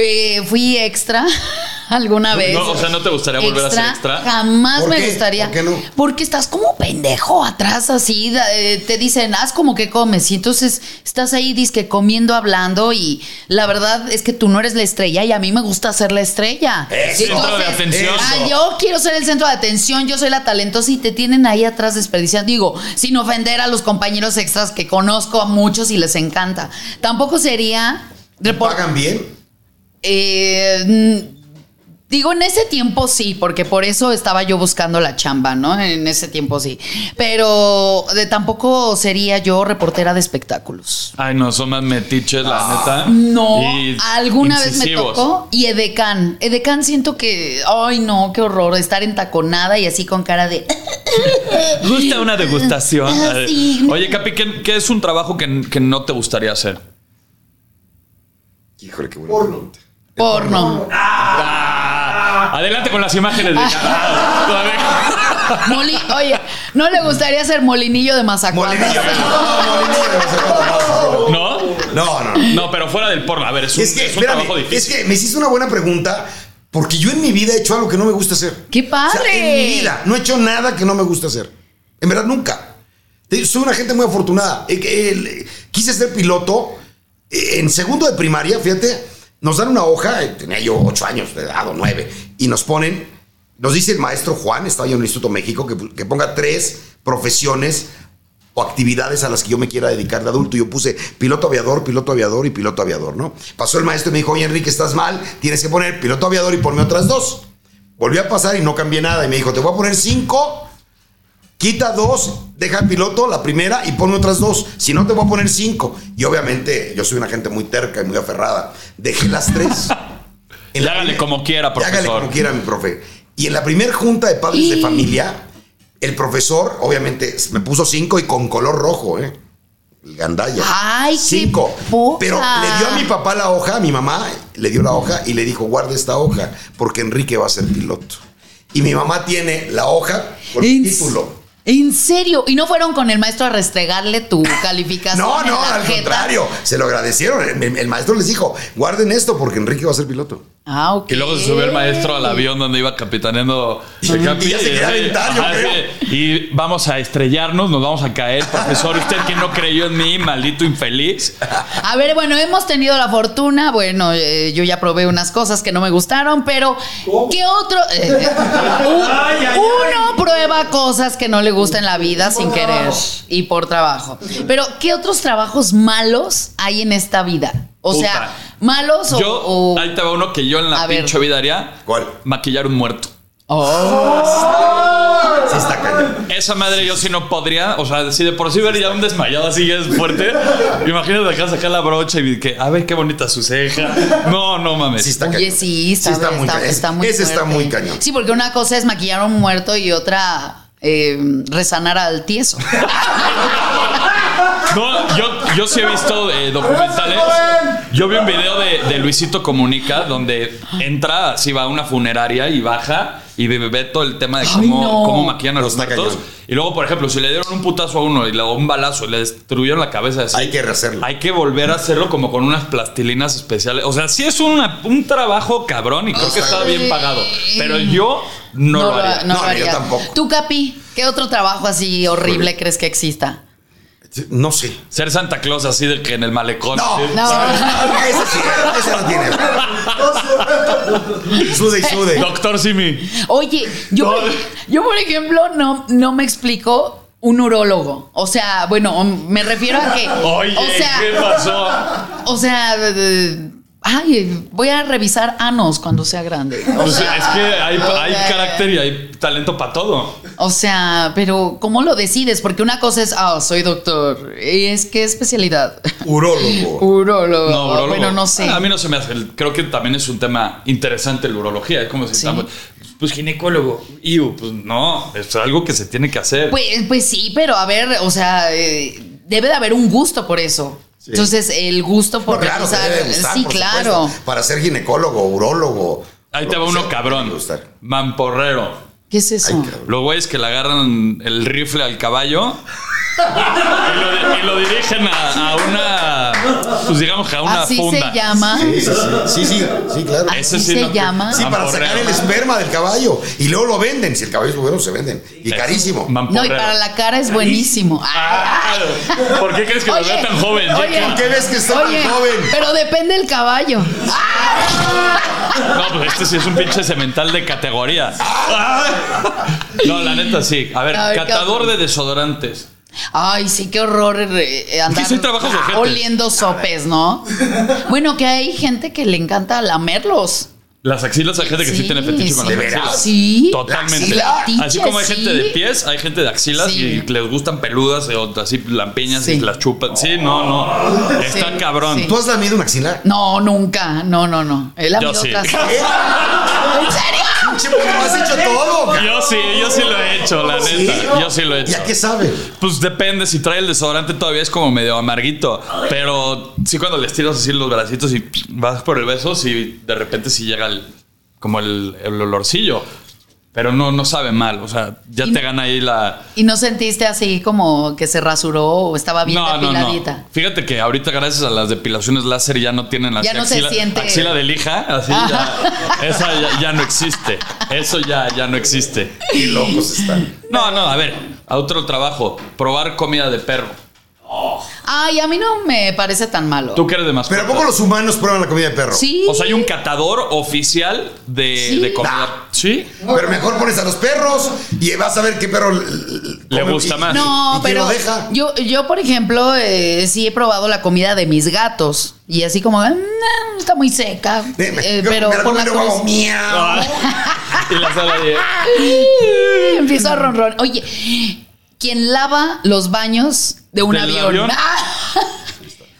S2: Eh, fui extra (laughs) alguna vez.
S1: No, o sea, ¿no te gustaría volver a ser extra?
S2: Jamás
S3: ¿Por
S2: me
S3: qué?
S2: gustaría.
S3: ¿Por qué no?
S2: Porque estás como pendejo atrás así, da- eh, te dicen, haz como que comes y entonces estás ahí disque comiendo, hablando y la verdad es que tú no eres la estrella y a mí me gusta ser la estrella.
S3: Eso.
S2: Y
S1: Eh, Centro de atención.
S2: ah, yo quiero ser el centro de atención, yo soy la talentosa y te tienen ahí atrás desperdiciando. Digo, sin ofender a los compañeros extras que conozco a muchos y les encanta. Tampoco sería... repor-
S3: ¿Pagan bien?
S2: eh, mm, digo, en ese tiempo sí, porque por eso estaba yo buscando la chamba, ¿no? En ese tiempo sí. Pero de- tampoco sería yo reportera de espectáculos.
S1: Ay, no, son más metiches, la neta.
S2: Ah, No,
S1: Y
S2: alguna vez me
S1: incisivos.
S2: tocó y Edecán. Edecán siento que, ay no, qué horror estar entaconada y así con cara de...
S1: Gusta una degustación.
S2: Ah, sí.
S1: Oye, Capi, ¿qué, qué es un trabajo que, que no te gustaría hacer?
S3: Híjole, qué buena pregunta.
S2: Porno. Ah.
S1: Adelante con las imágenes. de-
S2: Moli- oye, no le gustaría ser molinillo de Mazacuata.
S3: Molinillo.
S2: (laughs)
S3: No, molinillo.
S1: ¿No?
S3: No, no, no.
S1: No, pero fuera del porno. A ver, es un,
S3: Es que,
S1: es un
S3: espérame,
S1: trabajo
S3: es
S1: difícil.
S3: que me hiciste una buena pregunta porque yo en mi vida he hecho algo que no me gusta hacer.
S2: ¡Qué
S3: O sea,
S2: padre!
S3: en mi vida no he hecho nada que no me gusta hacer. En verdad, nunca. Te- Soy una gente muy afortunada. Eh, que, eh, Quise ser piloto eh, en segundo de primaria, fíjate. Nos dan una hoja, eh, tenía yo ocho años de edad o nueve, y nos ponen, nos dice el maestro Juan, estaba yo en el Instituto México, que, que ponga tres profesiones o actividades a las que yo me quiera dedicar de adulto. Yo puse piloto aviador, piloto aviador y piloto aviador, ¿no? Pasó el maestro y me dijo, oye Enrique, estás mal, tienes que poner piloto aviador y ponme otras dos. Volvió a pasar y no cambié nada. Y me dijo, te voy a poner cinco, quita dos, deja el piloto, la primera, y ponme otras dos. Si no, te voy a poner cinco. Y obviamente, yo soy una gente muy terca y muy aferrada. Dejé las tres.
S1: (laughs) Y hágale como quiera,
S3: Y Hágale
S1: profesor.
S3: como quiera, mi profe. Y en la primera junta de padres de familia, el profesor, obviamente, me puso cinco y con color rojo, ¿eh? El Gandaya.
S2: Ay, qué
S3: Cinco.
S2: poca.
S3: Pero le dio a mi papá la hoja, a mi mamá le dio la hoja y le dijo, guarda esta hoja, porque Enrique va a ser piloto. Y mi mamá tiene la hoja con el
S2: ¿En
S3: título.
S2: ¿En serio? ¿Y no fueron con el maestro a restregarle tu calificación?
S3: No,
S2: en
S3: no,
S2: la
S3: al
S2: jeta?
S3: contrario. Se lo agradecieron. El, el maestro les dijo, guarden esto porque Enrique va a ser piloto.
S2: Ah, ok.
S1: Y luego se subió el maestro al avión donde iba capitaneando el
S3: Y
S1: capi.
S3: ya se quería aventar, yo
S1: Ajá,
S3: creo.
S1: sí. Y vamos a estrellarnos, nos vamos a caer. Profesor, usted que no creyó en mí, maldito infeliz.
S2: A ver, bueno, hemos tenido la fortuna. Bueno, eh, yo ya probé unas cosas que no me gustaron, pero ¿qué
S3: (laughs)
S2: otro? eh, eh, un- uno prueba cosas que no le gusta en la vida sin querer y por trabajo. Pero ¿qué otros trabajos malos hay en esta vida? O
S1: Puta.
S2: sea, malos o-
S1: Yo,
S2: o,
S1: ahí te va uno que yo en la
S2: oh. A ver.
S1: pinche vida haría.
S3: ¿Cuál?
S1: Maquillar un muerto.
S2: Oh.
S3: Sí está cañón.
S1: Esa madre yo sí no podría. O sea, si de por sí ver ya un desmayado así ya es fuerte. Imagínate acá sacar la brocha y que, a ver qué bonita su ceja. No, no mames.
S3: Sí está
S2: Oye,
S3: cañón.
S2: sí, está, está,
S3: muy
S2: está,
S3: cañón.
S2: muy
S3: Ese está
S2: fuerte.
S3: muy cañón.
S2: Sí, porque una cosa es maquillar a un muerto y otra eh, resanar al tieso.
S1: No, yo, yo sí he visto eh, documentales. Yo vi un video de, de Luisito Comunica donde entra, así va a una funeraria y baja y ve, ve todo el tema de
S2: Ay,
S1: cómo,
S2: no.
S1: cómo maquillan a los
S3: Está
S1: muertos.
S3: cañón.
S1: Y luego, por ejemplo, si le dieron un putazo a uno y le o un balazo y le destruyeron la cabeza así,
S3: Hay que rehacerlo.
S1: hay que volver a hacerlo como con unas plastilinas especiales. O sea, sí es una- un trabajo cabrón y creo que está bien pagado. Pero yo no, lo haría.
S3: No, yo
S2: haría.
S3: tampoco.
S2: Tú, Capi, ¿qué otro trabajo así horrible crees que exista?
S3: No sé.
S1: Ser Santa Claus así de que en el malecón.
S3: No,
S1: así.
S2: No.
S3: Ese sí, ese no tiene. Sude y sude.
S1: Doctor Simi.
S2: Oye, yo, por, yo, por ejemplo, no, no me explico un urólogo. O sea, bueno, me refiero a que.
S1: (laughs) Oye,
S2: o sea,
S1: ¿qué pasó?
S2: O sea, de- de- ay, voy a revisar anos cuando sea grande. O
S1: Pues
S2: sea,
S1: es que hay,
S2: o sea,
S1: hay carácter y hay talento para todo.
S2: O sea, pero ¿cómo lo decides? Porque una cosa es, ah, soy doctor. Y es que especialidad.
S3: Urólogo.
S2: Urólogo.
S1: No, urólogo.
S2: Bueno, no sé.
S1: A mí no se me hace. Creo que también es un tema interesante la urología. Es como si estamos. Pues ginecólogo. Iu, pues no. Es algo que se tiene que hacer.
S2: Pues, pues sí, pero a ver, o sea, eh, debe de haber un gusto por eso. Entonces, el gusto por
S3: No, claro, te
S2: revisar-
S3: debe gustar,
S2: sí,
S3: por
S2: claro.
S3: supuesto. Para ser ginecólogo, urólogo.
S1: Ahí te
S3: lo
S1: va
S3: que
S1: uno
S3: sea,
S1: cabrón.
S3: te gustar.
S1: Mamporrero.
S2: ¿Qué es eso?
S3: Ay, cabrón.
S1: Los güeyes que le agarran el rifle al caballo y lo, di- y lo dirigen a, a una. Pues digamos que a una
S2: Así
S1: funda.
S2: se llama.
S3: Sí, sí, sí, sí, sí, sí, claro.
S2: Así
S1: Ese sí
S2: se
S1: no te-
S2: llama.
S3: Sí, para sacar el esperma del caballo. Y luego lo venden. Si el caballo es bueno, se venden. Y carísimo.
S2: No, y
S1: Mamporrero.
S2: para la cara es buenísimo.
S1: Ah, ¿Por qué crees que me
S2: Oye,
S1: veo tan joven?
S2: oye.
S3: ¿Por qué ves que está
S2: Oye,
S3: tan joven?
S2: Pero depende el caballo.
S1: No, pues este sí es un pinche cemental de categoría. No, la neta sí. A ver,
S2: A ver,
S1: catador
S2: ¿qué
S1: de desodorantes.
S2: Ay, sí, qué horror eh, eh, andar
S1: Sí, sí, trabajos de gente.
S2: oliendo sopes, ¿no? Bueno, que hay gente que le encanta lamerlos.
S1: Las axilas hay gente que sí, tiene fetiche con las
S2: sí.
S3: ¿De veras?
S1: axilas.
S2: Sí.
S1: Totalmente.
S2: La axila,
S1: Así como hay
S2: sí.
S1: gente de pies, hay gente de axilas
S2: Sí.
S1: y les gustan peludas eh, o así lampiñas
S2: Sí.
S1: y las chupan. Sí, no, no. Está
S2: Sí,
S1: cabrón.
S2: sí.
S3: ¿Tú has lamido
S2: (laughs)
S3: un axila?
S2: No, nunca. No, no, no. Él ha
S1: Yo
S2: habido
S1: sí.
S2: otras-
S3: ¿Qué?
S1: (laughs)
S2: ¿En serio?
S3: Pinche, ¿cómo has hecho todo? cabrón?
S1: Yo sí, yo sí lo he hecho, la neta.
S3: ¿Sí?
S1: Yo sí lo he
S3: ¿Y
S1: hecho.
S3: a qué sabe?
S1: Pues depende, si trae el desodorante todavía es como medio amarguito. Pero sí cuando le estiras así los bracitos y vas por el beso, sí de repente sí llega el, como el, el olorcillo. Pero no, no sabe mal, o sea, ya
S2: Y-
S1: te gana ahí la...
S2: ¿Y no sentiste así como que se rasuró o estaba bien
S1: No, no,
S2: depiladita?
S1: no. Fíjate que ahorita gracias a las depilaciones láser ya no tienen así
S2: Ya no se
S1: axila,
S2: siente. Ah.
S1: axila de lija, así ya, esa ya, ya no existe. Eso ya, ya no existe.
S3: Qué locos están.
S1: No, no, a ver, a otro trabajo, probar comida de perro.
S2: Ay, a mí no me parece tan malo.
S1: Tú que eres de más.
S3: ¿Pero a poco los humanos prueban la comida de perro?
S2: Sí.
S1: O sea, hay un catador oficial de,
S2: Sí. Ah.
S1: de comida. Sí.
S3: Pero mejor pones a los perros y vas a ver qué perro l- l-
S1: Le
S3: come
S1: gusta
S3: y-
S1: más.
S2: No,
S3: ¿Y quién
S2: pero
S3: lo deja?
S2: yo, yo por ejemplo, eh, sí he probado la comida de mis gatos y así como "Mm, está muy seca,
S3: Eh, me-
S2: eh,
S3: yo
S2: pero
S3: me la
S2: por
S3: como
S2: la
S3: y luego hago
S2: curiosidad-
S1: Ah,
S3: miau.
S1: (laughs) y la sala de.
S2: (laughs) empiezo a ronron. Oye, quien lava los baños de un
S1: ¿Del
S2: avión.
S1: avión?
S2: (laughs) Ah.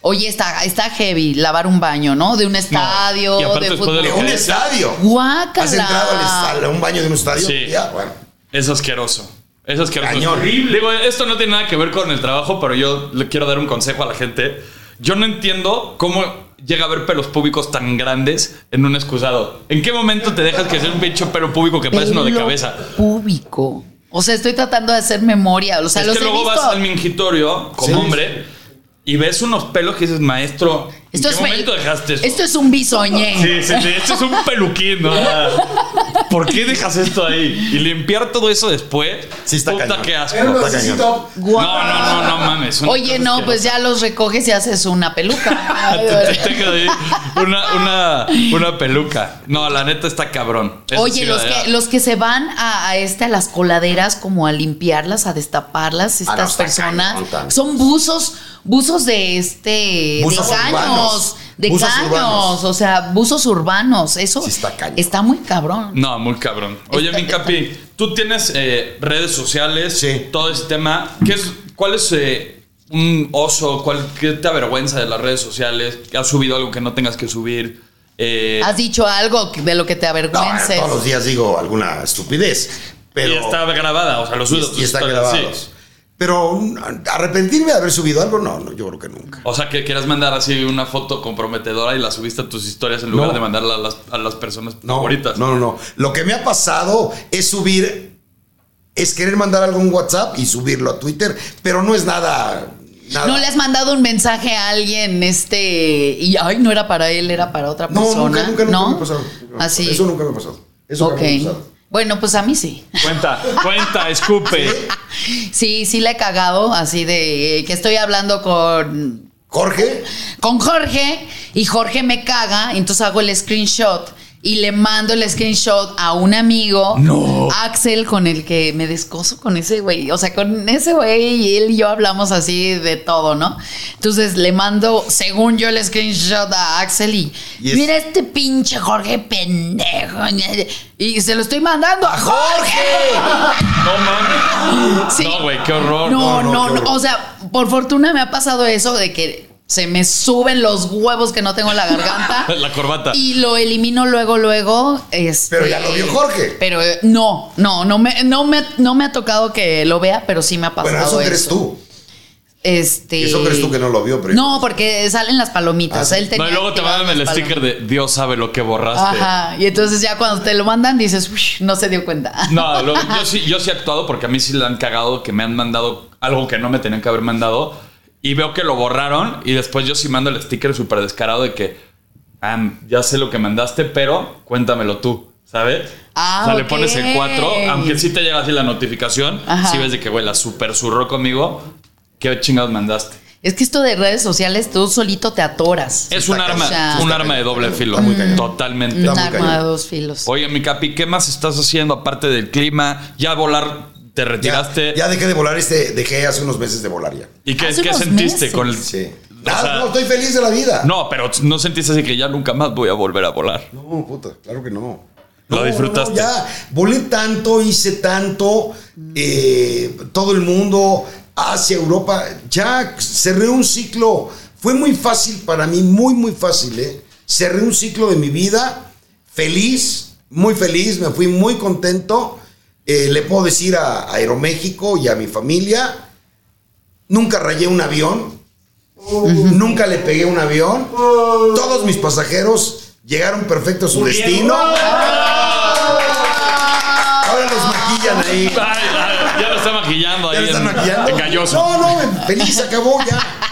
S2: Oye, está, está heavy lavar un baño, ¿no? De un estadio,
S1: Y aparte
S2: de
S1: después
S2: fútbol.
S1: de
S3: De
S1: lo
S3: un
S1: que es,
S3: estadio.
S2: Guácala.
S3: ¿Has entrado al estadio, a un baño de un estadio?
S1: Sí.
S3: Ya, bueno.
S1: es asqueroso. Es asqueroso.
S3: Cañón.
S1: Horrible. Digo, esto no tiene nada que ver con el trabajo, pero yo le quiero dar un consejo a la gente. Yo no entiendo cómo llega a haber pelos públicos tan grandes en un excusado. ¿En qué momento te dejas que sea un pinche pelo público que parece uno de
S2: Pelo
S1: cabeza?
S2: Público. O sea, estoy tratando de hacer memoria. O sea,
S1: es
S2: los
S1: que
S2: he
S1: luego
S2: visto.
S1: vas al mingitorio como
S3: Sí.
S1: hombre y ves unos pelos que dices, maestro, ¿en
S2: Esto
S1: qué
S2: es
S1: momento dejaste eso?
S2: Esto es un bisoñé.
S1: Sí, sí, sí, esto es un peluquín, ¿no? ¿Por qué dejas esto ahí? Y limpiar todo eso después.
S3: Sí, está
S1: puta,
S3: cañón.
S1: qué asco.
S3: Pero
S1: No,
S3: está cañón.
S2: Guau.
S1: no, no, no mames. una
S2: Oye,
S1: cosa
S2: no,
S1: asquerosa.
S2: pues ya los recoges y haces una peluca. Ay,
S1: (laughs)
S2: de
S1: Te- te-
S2: verdad.
S1: te quedo ahí una, una, una peluca. No, la neta está cabrón. Eso
S2: Oye,
S1: sí,
S2: los
S1: la-
S2: que, los que se van a, a este, a las coladeras, como a limpiarlas, a destaparlas,
S3: Ah, no,
S2: estas
S3: está
S2: personas,
S3: cañón también.
S2: son buzos, buzos de este,
S3: Buzos
S2: de caños,
S3: urbanos.
S2: de
S3: Buzos
S2: caños,
S3: urbanos.
S2: o sea, buzos urbanos, eso
S3: Sí está cañón.
S2: está muy cabrón.
S1: No, muy cabrón. Oye,
S2: Está-
S1: mi capi, tú tienes eh, redes sociales,
S3: Sí.
S1: todo ese tema. ¿Qué es, ¿Cuál es eh, un oso? ¿Cuál, ¿Qué te avergüenza de las redes sociales? ¿Has subido algo que no tengas que subir? Eh,
S2: ¿Has dicho algo que- de lo que te
S3: No,
S2: avergüences?
S3: todos los días digo alguna estupidez, pero
S1: y está grabada, o sea, lo pues,
S3: y-
S1: subes.
S3: y está
S1: grabada.
S3: grabados. Pero un- arrepentirme de haber subido algo, no, no, yo creo que nunca.
S1: O sea, que quieras mandar así una foto comprometedora y la subiste a tus historias en lugar
S3: No.
S1: de mandarla a las, a las personas
S3: No,
S1: favoritas.
S3: No, no, no. Lo que me ha pasado es subir, es querer mandar algo en WhatsApp y subirlo a Twitter, pero no es nada. nada.
S2: ¿No le has mandado un mensaje a alguien, este, y ay, no era para él, era para otra
S3: No,
S2: persona?
S3: nunca, nunca, nunca
S2: ¿No?
S3: me ha pasado. No,
S2: Así.
S3: Eso nunca me ha pasado. Eso
S2: Ok.
S3: nunca me ha pasado.
S2: Bueno, pues a mí sí.
S1: Cuenta, cuenta, escupe.
S2: Sí, sí le he cagado, así de eh, que estoy hablando con,
S3: Jorge,
S2: con Jorge y Jorge me caga, entonces hago el screenshot y le mando el screenshot a un amigo,
S1: No.
S2: Axel, con el que me descoso con ese güey. O sea, con ese güey y él y yo hablamos así de todo, ¿no? Entonces le mando, según yo, el screenshot a Axel y,
S3: Y es-
S2: mira este pinche Jorge pendejo. Y se lo estoy mandando a Jorge. (laughs)
S1: No mames.
S2: Sí.
S1: No, güey, qué horror.
S2: No,
S3: No,
S2: no,
S3: no, qué
S2: no,
S3: horror.
S2: O sea, por fortuna me ha pasado eso de que se me suben los huevos que no tengo en la garganta.
S1: (laughs) La corbata.
S2: Y lo elimino luego, luego. este,
S3: Pero ya lo vio Jorge.
S2: Pero eh, no, no, no me, no me, no me ha tocado que lo vea, pero sí me ha pasado
S3: bueno, eso crees
S2: eso.
S3: tú.
S2: Este.
S3: Eso crees tú que no lo vio, pero.
S2: No, porque salen las palomitas.
S3: Ah, sí.
S2: Él tenía
S1: No, y luego te
S2: activadas
S1: mandan el
S2: las
S1: sticker de Dios sabe lo que borraste.
S2: Ajá. Y entonces ya cuando te lo mandan dices, "Ush, no se dio cuenta.
S1: No, lo- yo, sí, yo sí he actuado porque a mí sí le han cagado que me han mandado algo que no me tenían que haber mandado y veo que lo borraron y después yo sí mando el sticker súper descarado de que "Ah, ya sé lo que mandaste, pero cuéntamelo tú, ¿sabes?
S2: Ah,
S1: o sea, le
S2: ok.
S1: pones el 4, aunque sí te llega así la notificación,
S2: Ajá.
S1: sí ves de que, güey, la super zurró conmigo, ¿qué chingados mandaste?
S2: (laughs) Es que esto de redes sociales tú solito te atoras.
S1: es un
S3: está
S1: arma,
S2: cañón.
S1: un
S3: Está
S1: arma de
S3: cañón.
S1: doble filo,
S3: Está muy cañón.
S1: totalmente.
S2: Un
S3: muy
S2: arma de
S3: cañón.
S2: dos filos.
S1: Oye, mi capi, ¿qué más estás haciendo aparte del clima? Ya volar, te
S3: Ya,
S1: retiraste.
S3: ya dejé de volar este, dejé hace unos meses de volar ya.
S1: ¿Y qué,
S2: Hace
S1: qué
S2: unos
S1: sentiste
S2: meses.
S1: con el.?
S3: Sí.
S1: o
S3: Ah,
S1: sea,
S3: no, estoy feliz de la vida.
S1: no, pero no sentiste así que ya nunca más voy a volver a volar.
S3: No, puta, claro que no.
S1: Lo
S3: No, no,
S1: disfrutaste.
S3: no, ya, volé tanto, hice tanto, eh, todo el mundo, hacia Europa, ya cerré un ciclo. Fue muy fácil para mí, muy, muy fácil, ¿eh? Cerré un ciclo de mi vida, feliz, muy feliz, me fui muy contento. Eh, le puedo decir a Aeroméxico y a mi familia, Nunca rayé un avión. Nunca le pegué un avión. Todos mis pasajeros llegaron perfecto a su destino. Ahora los maquillan ahí.
S1: Ay, ay, ya lo está maquillando
S3: Ya
S1: ahí.
S3: lo
S1: en-
S3: están maquillando.
S1: engañoso.
S3: No, no, feliz se acabó ya. Ah,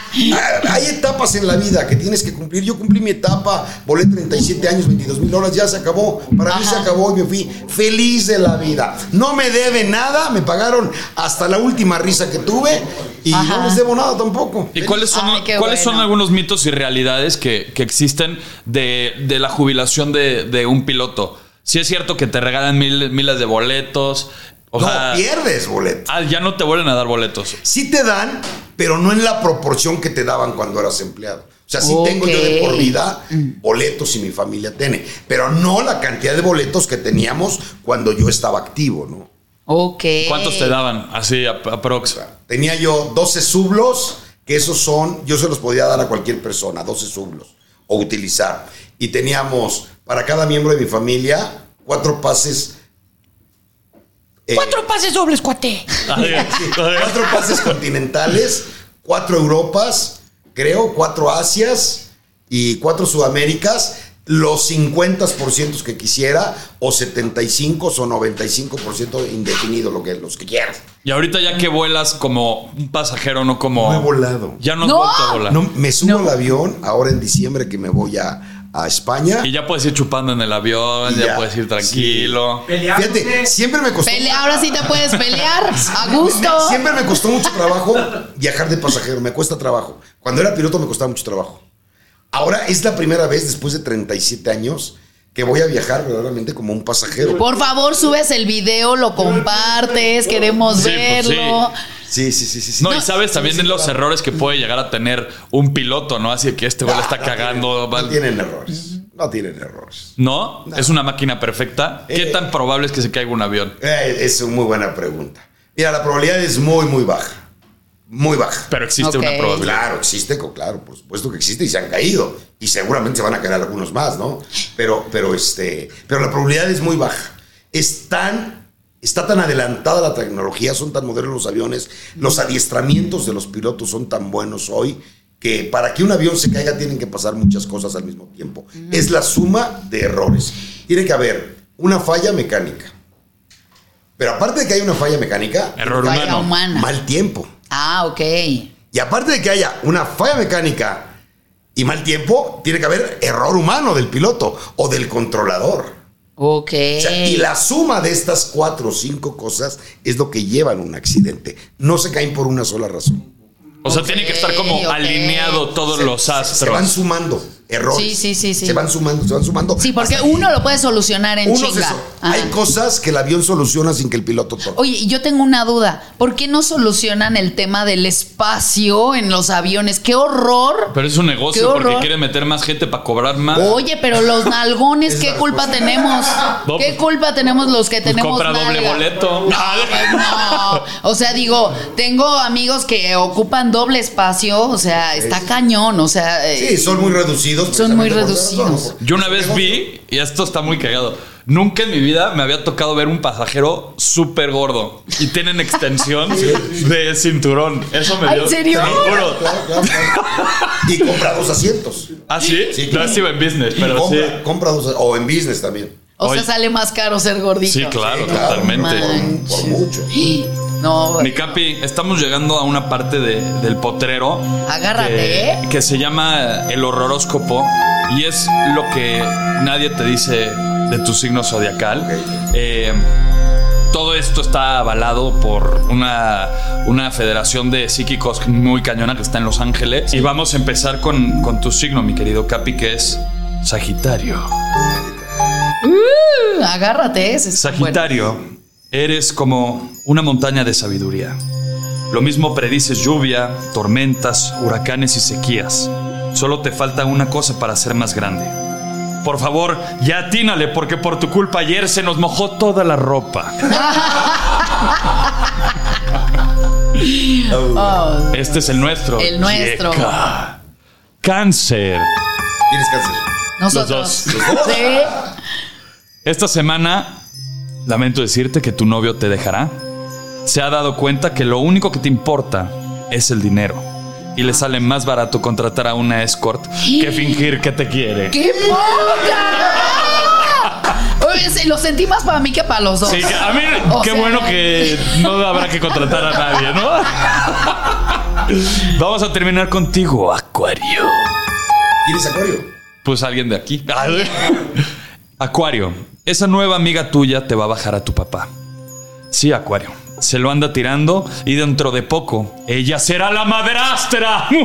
S3: Hay etapas en la vida que tienes que cumplir. Yo cumplí mi etapa, volé 37 años, 22 mil horas, ya se acabó. Para mí se acabó y me fui feliz de la vida. No me debe nada, me pagaron hasta la última risa que tuve y
S2: Ajá.
S3: no les debo nada tampoco.
S1: ¿Y cuáles son,
S2: Ay, qué
S1: cuáles son
S2: bueno.
S1: algunos mitos y realidades que, que existen de, de la jubilación de, de un piloto? Sí es cierto que te regalan mil, miles de boletos. O
S3: no,
S1: sea,
S3: pierdes boleto.
S1: ah, ya no te vuelven a dar boletos.
S3: Sí te dan, pero no en la proporción que te daban cuando eras empleado. O sea, sí tengo yo de
S2: Ok.
S3: por vida boletos y mi familia tiene, pero no la cantidad de boletos que teníamos cuando yo estaba activo, ¿no?
S2: Ok.
S1: ¿Cuántos
S2: Eh.
S1: te daban? Así, ap- aprox.
S3: Tenía yo 12 sublos, que esos son, yo se los podía dar a cualquier persona, 12 sublos, o utilizar. Y teníamos para cada miembro de mi familia cuatro pases. eh,
S5: Cuatro pases dobles, cuate.
S1: (laughs) Así, así.
S3: cuatro pases continentales, cuatro Europas, creo, cuatro Asias y cuatro Sudaméricas. los 50% que quisiera, o 75 o 95% indefinido, lo que, los que quieras.
S1: Y ahorita ya que vuelas como un pasajero, no como.
S3: No he volado.
S1: Ya no has
S2: No.
S1: vuelto a volar.
S3: No, me subo al avión ahora en diciembre que me voy a, a España.
S1: Y ya puedes ir chupando en el avión,
S3: Y
S1: ya,
S3: ya, Eh,
S1: puedes ir tranquilo.
S3: Fíjate, siempre me costó.
S2: Pelea, ahora sí te puedes pelear. A
S3: Me-
S2: gusto.
S3: Siempre me costó mucho trabajo viajar de pasajero, me cuesta trabajo. Cuando era piloto me costaba mucho trabajo. Ahora es la primera vez después de 37 años que voy a viajar verdaderamente como un pasajero.
S2: Por favor, subes el video, lo compartes, queremos
S1: Sí, pues,
S2: verlo.
S3: Sí, sí, sí, sí. sí.
S1: No, y sabes también
S3: sí,
S1: de los
S3: claro.
S1: errores que puede llegar a tener un piloto, ¿no? Así que este güey la está
S3: Ah, No,
S1: cagando.
S3: no tienen-
S1: va-
S3: No tienen errores. No tienen errores.
S1: ¿No? Es una máquina perfecta. ¿Qué
S3: Eh.
S1: tan probable es que se caiga un avión?
S3: Eh, es una muy buena pregunta. Mira, la probabilidad es muy, muy baja. Muy baja.
S1: Pero existe
S2: Ok.
S1: una probabilidad.
S3: Claro, existe, co- claro, por supuesto que existe y se han caído. Y seguramente se van a caer algunos más, ¿no? Pero, pero, este, pero la probabilidad es muy baja. Es tan- está tan adelantada la tecnología, son tan modernos los aviones, los adiestramientos de los pilotos son tan buenos hoy que para que un avión se caiga tienen que pasar muchas cosas al mismo tiempo. Es la suma de errores. Tiene que haber una falla mecánica. Pero aparte de que hay una falla mecánica,
S1: Error
S2: Vaya
S1: humano.
S2: humana.
S3: mal tiempo.
S2: Ah, ok.
S3: Y aparte de que haya una falla mecánica y mal tiempo, tiene que haber error humano del piloto o del controlador.
S2: Ok.
S3: O sea, y la suma de estas cuatro o cinco cosas es lo que llevan a un accidente. No se caen por una sola razón.
S1: O sea,
S2: Ok,
S1: tiene que estar como
S2: ok.
S1: alineado todos
S3: Se-
S1: los
S3: se- Se van
S1: astros.
S3: sumando errores.
S2: Sí, sí, sí, sí.
S3: Se van sumando, se van sumando.
S2: Sí, porque
S3: Hasta que
S2: uno lo puede solucionar en
S3: uno se
S2: chinga.
S3: so-
S2: Ajá.
S3: Hay cosas que el avión soluciona sin que el piloto toque.
S2: Oye, y yo tengo una duda. ¿Por qué no solucionan el tema del espacio en los aviones? ¡Qué horror!
S1: Pero es un negocio
S2: Qué
S1: porque
S2: horror.
S1: quiere meter más gente para cobrar más.
S2: Oye, pero los nalgones,
S3: Es
S2: ¿qué
S3: la
S2: culpa
S3: respuesta.
S2: tenemos?
S1: No,
S2: ¿Qué
S1: pues-
S2: culpa tenemos los que
S1: Pues
S2: tenemos
S1: compra doble
S2: nalga?
S1: boleto. Ah,
S2: Pues no. O sea, digo, tengo amigos que ocupan doble espacio, o sea, está cañón, o sea, eh,
S3: Sí, son muy reducidos.
S2: Son muy
S3: precisamente por esa razón,
S2: reducidos.
S3: por-
S1: Yo una vez vi, y esto está muy cagado, nunca en mi vida me había tocado ver un pasajero súper gordo y tienen
S3: (laughs)
S1: extensión de cinturón. Eso me
S2: Ay,
S1: dio.
S2: ¿en serio?
S1: te lo juro.
S3: (laughs) Claro, claro, claro. Y compra dos asientos.
S1: ¿Ah, sí?
S3: Sí,
S1: no
S3: claro.
S1: es en business, pero sí.
S3: compra, compra dos- o en business también.
S2: o sea,
S1: Oye.
S2: sale más caro ser gordito.
S1: Sí, claro,
S3: claro.
S1: totalmente.
S2: Man.
S3: Por mucho.
S2: No,
S1: Mi Capi, estamos llegando a una parte de- del potrero.
S2: Agárrate,
S1: que,
S2: ¿eh?
S1: que se llama el horroróscopo y es lo que nadie te dice de tu signo zodiacal.
S3: Ok.
S1: Eh, todo esto está avalado por una, una federación de psíquicos muy cañona que está en Los Ángeles. Y vamos a empezar con, con tu signo, mi querido Capi, que es Sagitario.
S2: Uh, agárrate. ese es-
S1: Sagitario, eres como una montaña de sabiduría. Lo mismo predices lluvia, tormentas, huracanes y sequías. Solo te falta una cosa para ser más grande. Por favor, ya atínale, porque por tu culpa ayer se nos mojó toda la ropa.
S2: bueno.
S1: Este es el nuestro.
S2: El nuestro.
S1: Yeca. Cáncer.
S3: Tienes cáncer.
S2: Nosotros.
S1: Los
S2: Sí.
S1: Esta semana, lamento decirte que tu novio te dejará. Se ha dado cuenta que lo único que te importa es el dinero. Y le sale más barato contratar a una escort que fingir que te quiere.
S2: ¡Qué poca! Oye, se- lo sentí más para mí que para los dos.
S1: Sí, que- a mí,
S2: O
S1: qué
S2: sea-
S1: bueno que no habrá que contratar a nadie, ¿no?
S2: (laughs)
S1: Vamos a terminar contigo, Acuario.
S3: Tienes acuario.
S1: Pues alguien de aquí. (laughs) Acuario, esa nueva amiga tuya te va a bajar a tu papá. Sí, Acuario. Se lo anda tirando y dentro de poco ella será la madrastra. (laughs)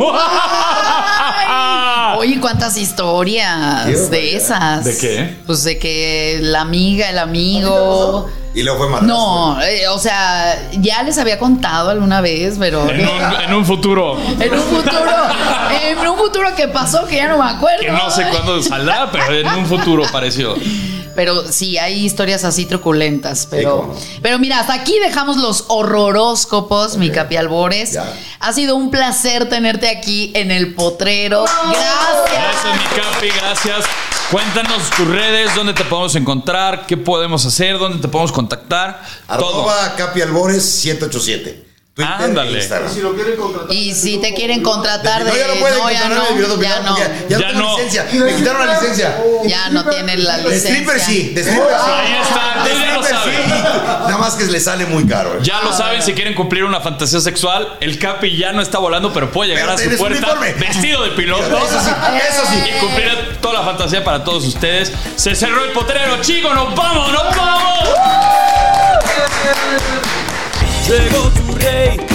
S2: Oye, cuántas historias
S3: Quiero
S2: de
S3: bailar.
S2: esas.
S1: ¿De qué?
S2: Pues de que la amiga, el amigo.
S3: Y luego fue madrastra.
S2: No, eh, o sea, ya les había contado alguna vez, pero.
S1: En un, en un futuro.
S2: En un futuro, en un futuro que pasó que ya no me acuerdo.
S1: Que no sé cuándo saldrá, pero en un futuro pareció.
S2: Pero sí, hay historias así truculentas. Pero,
S3: cómo no.
S2: pero mira, hasta aquí dejamos los horroróscopos, mi Capi Albores.
S3: Ya.
S2: Ha sido un placer tenerte aquí en el potrero. Gracias.
S1: Gracias, mi Capi, gracias. Cuéntanos tus redes, dónde te podemos encontrar, qué podemos hacer, dónde te podemos contactar. Todo.
S3: Arroba Capi Albores 787. Twitter e
S1: Ándale.
S3: Instagram.
S5: Si lo quieren contratar.
S2: Y si te quieren contratar de.
S3: no, ya no pueden
S2: ya
S3: contratarme de
S2: no.
S3: Virodo
S2: Ya
S3: Villalba
S2: no.
S3: porque
S1: Ya
S3: Ya, no tengo
S1: no.
S3: licencia. Me quitaron la licencia.
S2: Ya no tienen la
S3: De
S2: licencia.
S3: stripper sí, de stripper sí.
S1: Ahí está,
S3: De
S1: tú ya lo
S3: stripper sí.
S1: sabes.
S3: Nada más que le sale muy caro. eh.
S1: Ya lo saben, si quieren cumplir una fantasía sexual, el Capi ya no está volando, pero puede llegar
S3: Pero
S1: a su
S3: tienes un
S1: puerta
S3: uniforme.
S1: vestido de piloto.
S3: (laughs) Eso sí, eso
S2: Eh.
S3: sí.
S1: Y cumplir toda la fantasía para todos ustedes. Se cerró el potrero, chicos, nos vamos, nos vamos.
S4: Llegó tu rey,